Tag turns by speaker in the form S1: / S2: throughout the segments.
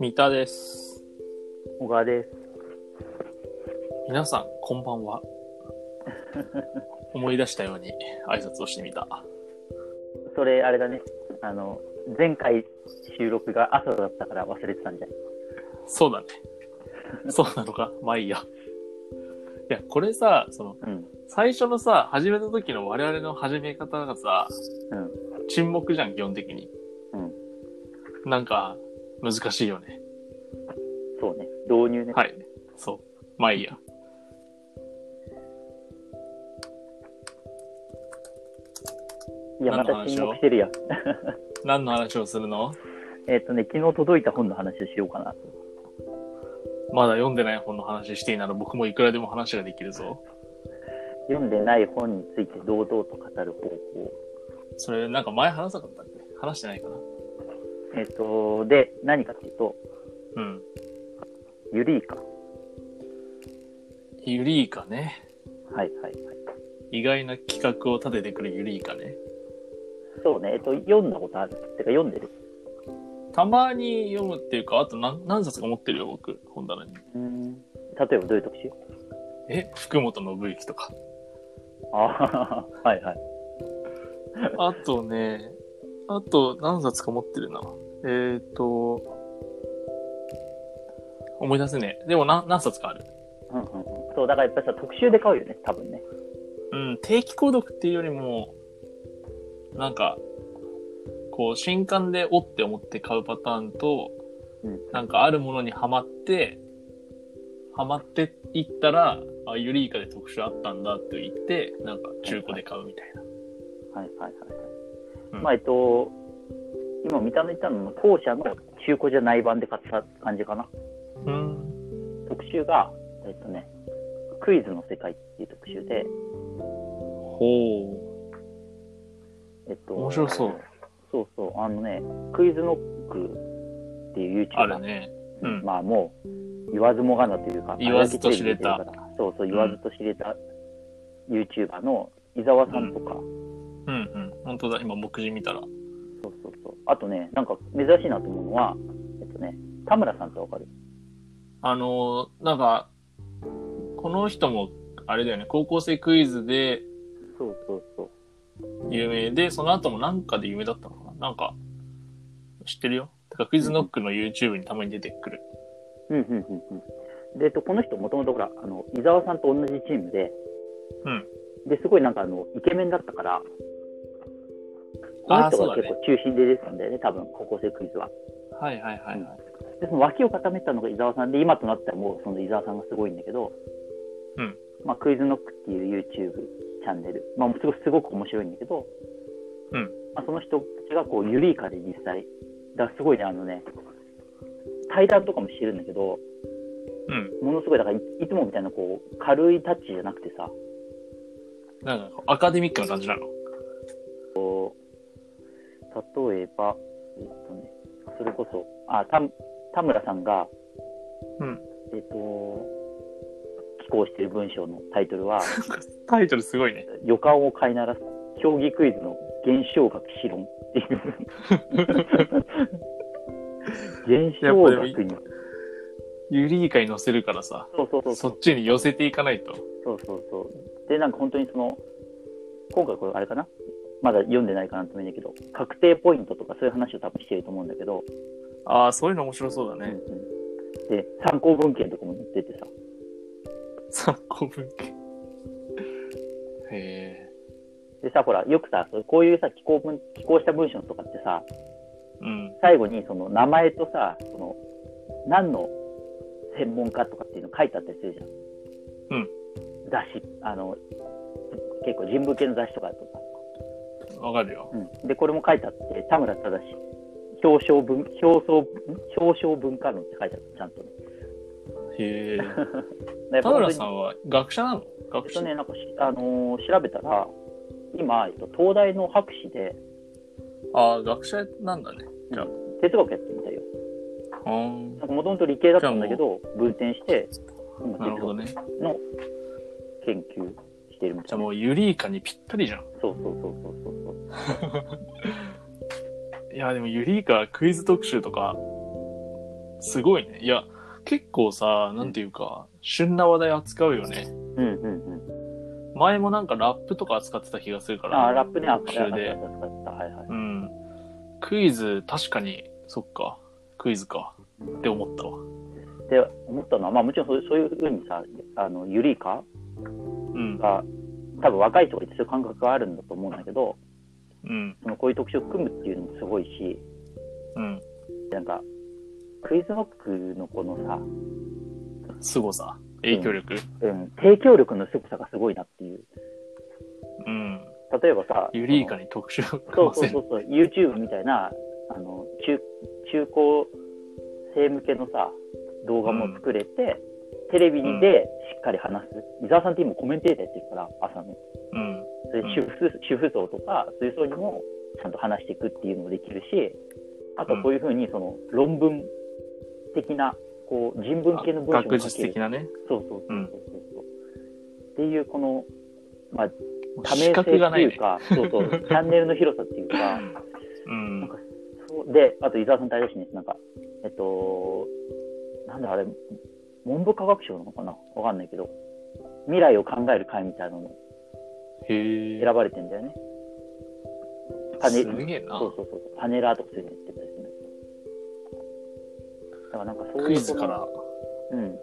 S1: 三田です。
S2: 小川です。
S1: 皆さん、こんばんは。思い出したように挨拶をしてみた。
S2: それ、あれだね。あの、前回収録が朝だったから忘れてたんじゃない
S1: そうだね。そうなのかまあいいや。いや、これさ、その、
S2: うん。
S1: 最初のさ、始めた時の我々の始め方がさ、
S2: うん。
S1: 沈黙じゃん、基本的に。
S2: うん。
S1: なんか、難しいよね。
S2: そうね。導入ね。
S1: はい。そう。まあいいや。
S2: いや、ま
S1: 何の
S2: た
S1: 話を
S2: 沈黙してるや。
S1: 何の話をするの
S2: えっ、とね、昨日届いた本の話をしようかな。
S1: まだ読んでない本の話していいなら僕もいくらでも話ができるぞ。
S2: 読んでない本について堂々と語る方法。
S1: それ、なんか前話さなかったっけ話してないかな
S2: えっ、と、で、何かっていうと、
S1: うん。
S2: ユリーカ。
S1: ユリーカね。
S2: はいはいはい。
S1: 意外な企画を立ててくるユリーカね。
S2: そうね。えっ、と、読んだことある。てか、読んでる。
S1: たまに読むっていうか、あと何何冊か持ってるよ、僕、本棚に。
S2: うん。例えばどういう特集
S1: え福本信之とか。
S2: ああ、はいはい。
S1: あとね、あと何冊か持ってるな。えーっと、思い出せねえ。でも何何冊かある。
S2: うんうんうん。そう、だからやっぱりさ、特集で買うよね、多分ね。
S1: うん、定期購読っていうよりも、なんか、こう、新刊でおって思って買うパターンと、
S2: うん。
S1: なんかあるものにはまって、はまっていったら、あ、ユリイカで特集あったんだって言って、なんか中古で買うみたいな。
S2: はいはいはいはい。
S1: うん
S2: まあ、えっと、今見た目言ったのも、後者の中古じゃない版で買った感じかな。
S1: うん。
S2: 特集が、えっとね、クイズの世界っていう特集で、
S1: ほ
S2: えっと、
S1: 面白そう。
S2: そうそう、あのね、クイズノックっていう YouTuber
S1: う。あるね。うん
S2: まあもう、言わずもがなというか、
S1: 言わずと知れた
S2: あれだけテレビ出てるから。そうそう、言わずと知れた YouTuber の伊沢さんとか、
S1: うんうん。本当だ。今、目次見たら。
S2: そうそうそう。あとね、なんか珍しいなと思うのは、えっとね、田村さんってわかる
S1: あのーなんか、この人も、あれだよね、高校生クイズで
S2: そうそうそう。
S1: 有名で、その後もなんかで有名だったのかななんか、知ってるよ。てか、クイズノックの YouTube にたまに出てくる。
S2: うんうんうんうん。で、えっと、この人もともとほら、あの、伊沢さんと同じチームで、
S1: うん。
S2: で、すごいなんかあの、イケメンだったから、こ
S1: あ
S2: の
S1: あ、そ
S2: 人
S1: うだ
S2: が結
S1: ね。
S2: 構中心で出てたんだよね、多分、高校生クイズは。
S1: はいはいはい、はい。
S2: で、その脇を固めたのが伊沢さんで、今となってはもうその伊沢さんがすごいんだけど、
S1: うん。
S2: まあ、クイズノックっていう YouTube チャンネル、まあ、すごいすごく面白いんだけど、
S1: うん。
S2: まあ、その人たちがこう、ユリイカで実際、だからすごいね、あのね、対談とかもしてるんだけど、
S1: うん。
S2: ものすごい、だからい、いつもみたいなこう、軽いタッチじゃなくてさ、
S1: なんか、アカデミックな感じなの
S2: 例えば、えっとね、それこそ、あ、田田村さんが、
S1: うん。
S2: えっと、寄稿している文章のタイトルは、
S1: タイトルすごいね。
S2: 予感を飼いならす、競技クイズの現象学史論って いう。現象学に。
S1: ユリイカに載せるからさ、
S2: そうそうそうそ
S1: そうっちに寄せていかないと。
S2: そうそうそう。で、なんか本当にその、今回これあれかなまだ読んでないかなと思うんだけど、確定ポイントとかそういう話を多分してると思うんだけど、
S1: ああ、そういうの面白そうだ
S2: うんう
S1: ね。
S2: ん、で、参考文献とかも載っててさ、
S1: 参考文献。へえ。
S2: でさ、ほら、よくさ、そうこういうさ、寄稿文、寄稿した文章とかってさ、
S1: うん。
S2: 最後にその名前とさ、その、何の専門家とかっていうの書いてあったりするじゃん。
S1: うん。
S2: 雑誌、あの、結構人文系の雑誌とかだとさ、
S1: わかるよ。
S2: うん、で、これも書いてあって、田村正表彰文、表彰、ん表彰文化論って書いてあった、ちゃんとね。
S1: へえ。
S2: だ
S1: 田村さんは学者なの
S2: え
S1: 学
S2: っ
S1: 者
S2: とね、なんかし、あのー調べたら、今、えっと、東大の博士で
S1: ああ、学者なんだね。じゃあ。
S2: 哲学やってみたいよ。
S1: あー
S2: なんか、もともと理系だったんだけど、分転して、今、
S1: なる
S2: 哲
S1: ほど
S2: 学
S1: ね。
S2: の研究してるみ
S1: じ
S2: た
S1: ゃあ
S2: いな。
S1: もうユリイカにぴったりじゃん。
S2: そうそうそうそうそうそう。
S1: いや、でもユリイカクイズ特集とか、すごいね。いや、結構さ、なんていうか、旬な話題扱うよね。
S2: うんうんうん。
S1: 前もなんかラップとか扱ってた気がするから。
S2: あ、ラップね、あった、あった、あ
S1: 特
S2: っ
S1: 集
S2: た、
S1: で
S2: あったあった。はいはい。
S1: うん。クイズ、確かに、そっか。クイズか。って思ったわ。
S2: で、思ったのは、まあもちろんそうそういうふうにさ、あの、ユリイカ
S1: うん。
S2: が、多分若い人が一応感覚があるんだと思うんだけど、
S1: うん。
S2: そのこういう特集を組むっていうのもすごいし、
S1: うん。
S2: なんか、クイズノックのこのさ、
S1: 凄さ。影響力。
S2: うん、提供力の凄さがすごいなっていう。
S1: うん。
S2: 例えばさ、
S1: ユリイカに特集を組
S2: そう
S1: ま
S2: そう
S1: せ
S2: そ
S1: る。
S2: うそう、YouTube みたいな、あの、中、中高生向けのさ、動画も作れて、テレビでしっかり話す。伊沢さんって今コメンテーターやってるから、朝の。
S1: うん。
S2: それ
S1: うん
S2: 主婦、主婦層とか、そういう層にもちゃんと話していくっていうのもできるし、あとこういうふうに、その、論文的な、こう、人文系の文章
S1: 学
S2: も書
S1: 術
S2: ける
S1: 的。なね。
S2: そうそうそうそうそう。っていう、この、まあ、多
S1: 資
S2: 面性って
S1: 格がない
S2: いう
S1: ね。
S2: か、そうそう、 チャンネルの広さっていうか、
S1: うん。
S2: そうで、あと伊沢さんとあれだしね、なんか、えっと、なんだあれ、文部科学省なのかなわかんないけど、未来を考える会みたいなのに
S1: へえ。
S2: 選ばれてんだよね。パネ
S1: す
S2: ル、
S1: げえな
S2: そ。うそうそう、パネラーとかそういうのやってたりするんだけど。だからなんかそういう。
S1: クイズか。ら
S2: うん。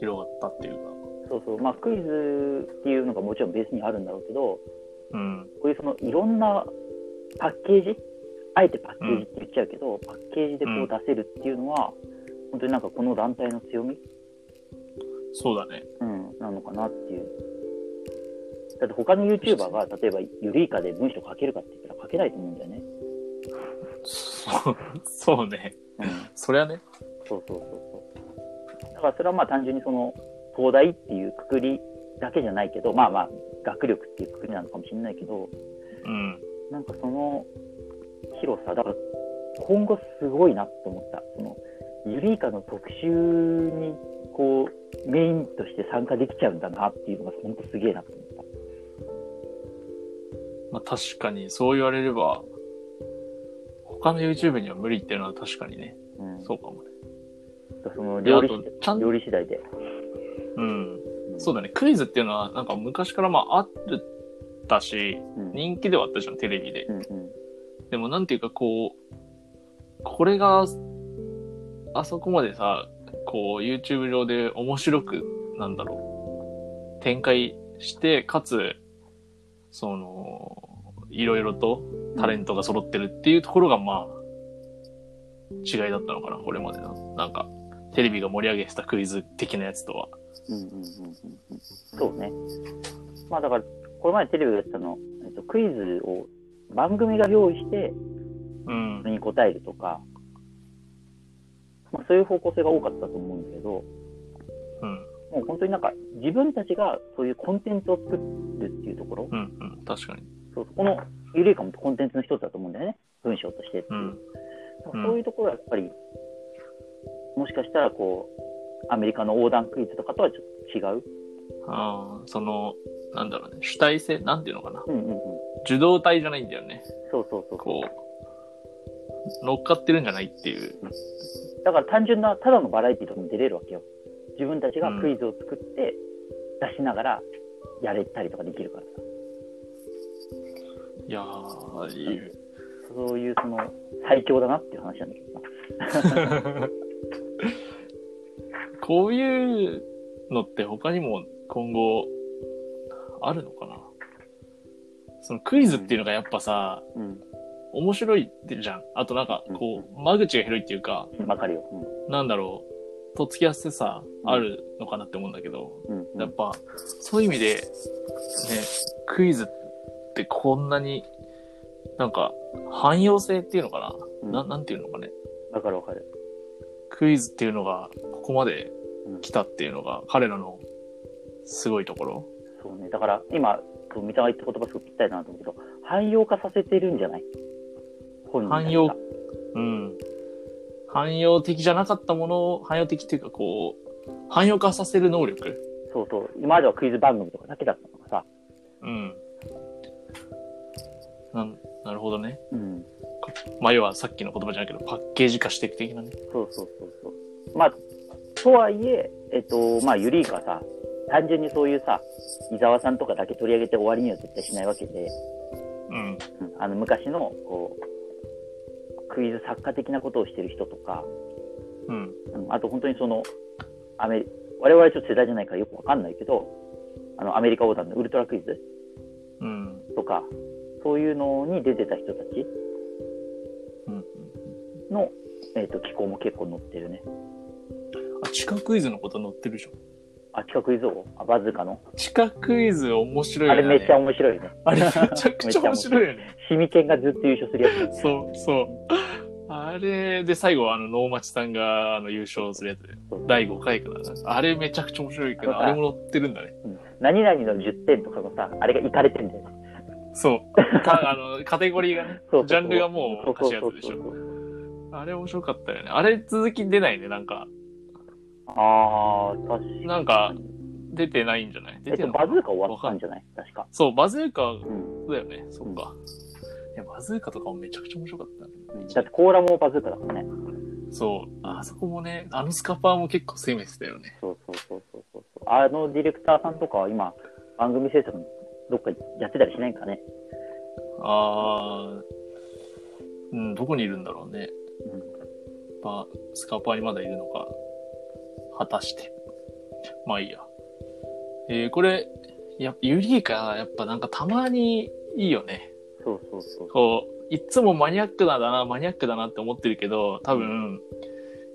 S1: 広がったっていうか。
S2: そうそう、まあクイズっていうのがもちろんベースにあるんだろうけど、
S1: うん。
S2: こういうそのいろんなパッケージ、あえてパッケージって言っちゃうけど、パッケージでこ
S1: うん
S2: う出せるっていうのは、本当になんかこの団体の強み、
S1: そうだね。
S2: うん、なのかなっていう。だって他の YouTuber が、例えばユリイカで文章書けるかって言ったら書けないと思うんだよね。
S1: そうそうね。
S2: うん、
S1: そりゃね。
S2: そうそうそうそう。だからそれはまあ単純にその、東大っていうくくりだけじゃないけど、まあまあ、学力っていうくくりなのかもしれないけど、
S1: うん。
S2: なんかその広さ、だから今後すごいなと思った。そのユリイカの特集にこうメインとして参加できちゃうんだなっていうのが本当すげえなと思った。
S1: まあ確かに、そう言われれば、他の YouTube には無理っていうのは確かにね。
S2: うん、
S1: そうかもね。
S2: その料理
S1: であ
S2: 次
S1: とちゃ
S2: 第
S1: ん
S2: 料理次第で。
S1: うん。
S2: うん
S1: そうだね。クイズっていうのは、なんか昔からまああったし、
S2: うん
S1: 人気ではあったじゃん、テレビで
S2: う。んうん
S1: でもなんていうかこう、これが、あそこまでさ、こう YouTube 上で面白く、なんだろう、展開して、かつ、その、いろいろとタレントが揃ってるっていうところが、まあ、違いだったのかな、これまでの。なんか、テレビが盛り上げてたクイズ的なやつとは。
S2: うんうんうんうんうんそうね。まあだから、これまでテレビでやってたの、えっと、クイズを番組が用意して、
S1: うん
S2: そ。れに答えるとか、まあ、そういう方向性が多かったと思うんだけど、
S1: うん。
S2: もう本当になんか自分たちがそういうコンテンツを作るっていうところ、
S1: うん。うん。確かに。
S2: そうこのゆるいかもコンテンツの一つだと思うんだよね、文章としてっていうう。
S1: ん。うん
S2: そういうところはやっぱり、もしかしたらこう、アメリカの横断クイズとかとはちょっと違う。
S1: ああ、その、なんだろうね、主体性、なんていうのかな。
S2: うんうんうん。
S1: 受動体じゃないんだよね。
S2: そうそうそう。
S1: こう、乗っかってるんじゃないっていう。
S2: だから単純な、ただのバラエティとかも出れるわけよ。自分たちがクイズを作って、出しながらやれたりとかできるからさ。
S1: いやー、いい。
S2: そういうその、最強だなっていう話なんだけどさ。
S1: こういうのって他にも今後、あるのかなそのクイズっていうのがやっぱさ、
S2: うん。
S1: 面白いじゃん。あとなんか、こう、間口が広いっていうか、
S2: わかるよ。
S1: なんだろう、とっつきやすさあるのかなって思うんだけど、
S2: うん。うん、うん
S1: やっぱ、そういう意味で、ね、クイズってこんなに、なんか、汎用性っていうのかな、
S2: うん
S1: ななんていうのかね。
S2: わかるわかる。
S1: クイズっていうのが、ここまで来たっていうのが、彼らの、すごいところ。
S2: そうね。だから、今、こう三田が言った言葉すごくぴったりだなと思うけど、汎用化させてるんじゃない本人たちが
S1: 汎用うん。汎用的じゃなかったものを、汎用的っていうか、こう、汎用化させる能力
S2: そうそう、今まではクイズ番組とかだけだったのがさ、
S1: うん。なんなるほどね。
S2: うん、
S1: まあ、要はさっきの言葉じゃないけど、パッケージ化していく的なね。
S2: そうそうそうそう。まあ、とはいえ、えっと、まあ、ユリイカはさ、単純にそういうさ、伊沢さんとかだけ取り上げて終わりには絶対しないわけで、
S1: うん。
S2: うんあの昔のこうクイズ作家的なことをしてる人とか、
S1: うん。
S2: うんあと本当にそのアメリ我々ちょっと世代じゃないからよくわかんないけどあのアメリカ横断のウルトラクイズ
S1: うん。
S2: とかそういうのに出てた人たち
S1: うん。
S2: の、えー、と機構も結構載ってるね
S1: あ、地下クイズのこと載ってるじゃん。
S2: あ地下クイズ王あバズーカの、
S1: 地下クイズ面白い
S2: あ
S1: よね。
S2: れめっちゃ面白いよね
S1: あれめちゃくちゃ面白いよね。
S2: シミケンがずっと優勝するやつ
S1: そう、そう。あれで最後、あの、能町さんがあの優勝するやつで
S2: そう、
S1: 第5回からあれめちゃくちゃ面白いけど、あれも載ってるんだね。
S2: うん何々の10点とかのさあれがいかれてんだよね
S1: そう。かあの、カテゴリーがね、
S2: そうそうそう
S1: ジャンルがもうおかしいやつでし
S2: そうそうそう
S1: ょ。
S2: そう
S1: あれ面白かったよね。あれ続き出ないね、なんか。
S2: ああ確かに
S1: なんか、出てないんじゃない
S2: え
S1: 出
S2: ってと、
S1: んのか
S2: バ
S1: な
S2: ズーカ終わ
S1: わ
S2: った
S1: かん
S2: ん
S1: ない
S2: じゃない確か。
S1: そう、バズーカ
S2: うん。
S1: だよね。そっか。いや、バズーカとかもめちゃくちゃ面白かったね。
S2: だって、コーラもバズーカだからね。
S1: そう。あそこもね、あのスカパーも結構攻めてたよね。
S2: そうそうそうそうそう。あのディレクターさんとかは今、番組制作どっかやってたりしないんかね。
S1: あー、うん、どこにいるんだろうね。まあ、スカパーにまだいるのか、果たして。まあいいや。えー、これ、やユリイカ、やっぱなんかたまにいいよね。
S2: そうそうそう。
S1: こう、いっつもマニアックだな、マニアックだなって思ってるけど、多分、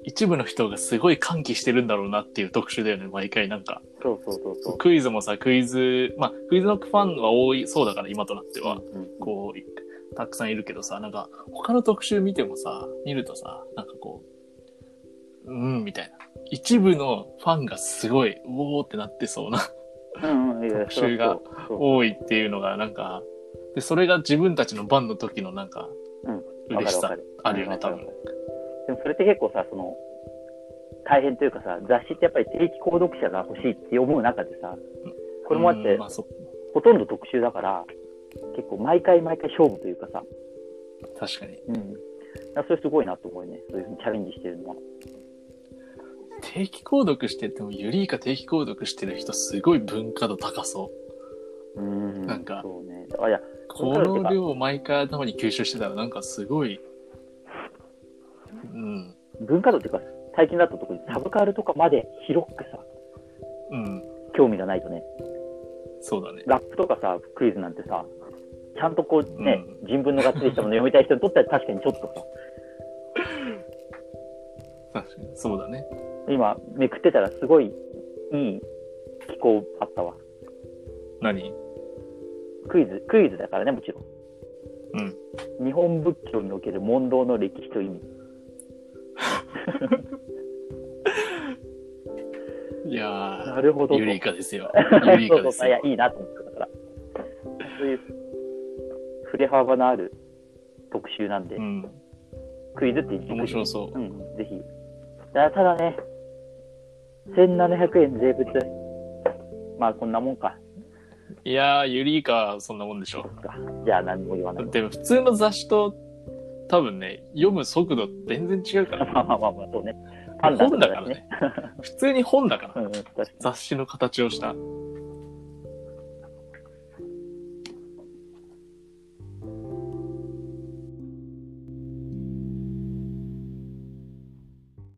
S1: 一部の人がすごい歓喜してるんだろうなっていう特集だよね、毎回なんか。
S2: そうそうそうそう。
S1: クイズもさ、クイズ、まあ、クイズのファンは多い、そうだから今となっては。
S2: うん
S1: こう、たくさんいるけどさ、なんか、他の特集見てもさ、見るとさ、なんかこう、うん、みたいな。一部のファンがすごい、うおーってなってそうな、
S2: うんうん、いや
S1: 特集が。
S2: そう
S1: 多いっていうのが、なんか、で、それが自分たちの番の時のなんか、
S2: そうわ
S1: 嬉
S2: かる
S1: し
S2: わか
S1: さ
S2: る。
S1: あるよね、
S2: うん
S1: 多。
S2: わ
S1: 分
S2: か。るわかるでもそれって結構さ、その、大変というかさ、雑誌ってやっぱり定期購読者が欲しいって思う中でさ、これもあっ
S1: う
S2: て
S1: んま、あ、そ
S2: ほとんど特集だから、結構毎回毎回勝負というかさ、
S1: 確かに。
S2: うん。あそれすごいなと思うね。そういうふうにチャレンジしてるのは。
S1: 定期購読してても、ユリイカ定期購読してる人、すごい文化度高そう。
S2: うん
S1: なんか
S2: そうね。あ、いや、
S1: この量を毎回頭に吸収してたら、なんかすごい、うん、
S2: 文化度っていうか、最近だと特にサブカルとかまで広くさ、
S1: うん、
S2: 興味がないとね、
S1: そうだね。
S2: ラップとかさ、クイズなんてさ、ちゃんとこうね、
S1: う
S2: 人文のがっつりしたもの読みたい人にとっては確かにちょっとさ、
S1: 確かに。 そうだね。
S2: 今めくってたらすごいいい機構あったわ。
S1: 何
S2: クイズ、クイズだからね、もちろ
S1: うん。
S2: ん。日本仏教における問答の歴史と意味。
S1: いや
S2: なる
S1: ー、
S2: ほどと。
S1: ユリイカです よ。ユリイ
S2: そ
S1: カで
S2: うそうそ
S1: す
S2: う、いや
S1: よ、。
S2: いいなと思ってたから。そういう、振れ幅のある特集なんで、
S1: うん。
S2: クイズって言
S1: 面
S2: って
S1: 白そう
S2: う。ん、ぜひ。だただね、1700円税別。まあ、こんなもんか。
S1: いやー、ユリイカ、そんなもんでしょ。
S2: じゃあ、何も言わない。
S1: でも、普通の雑誌と、多分ね、読む速度全然違うか
S2: まあ
S1: ら。
S2: まあまあまあ、そうね。
S1: 本だからね。普通に本だか
S2: う
S1: ら。
S2: んうん、確か
S1: 雑誌の形をした。
S2: に。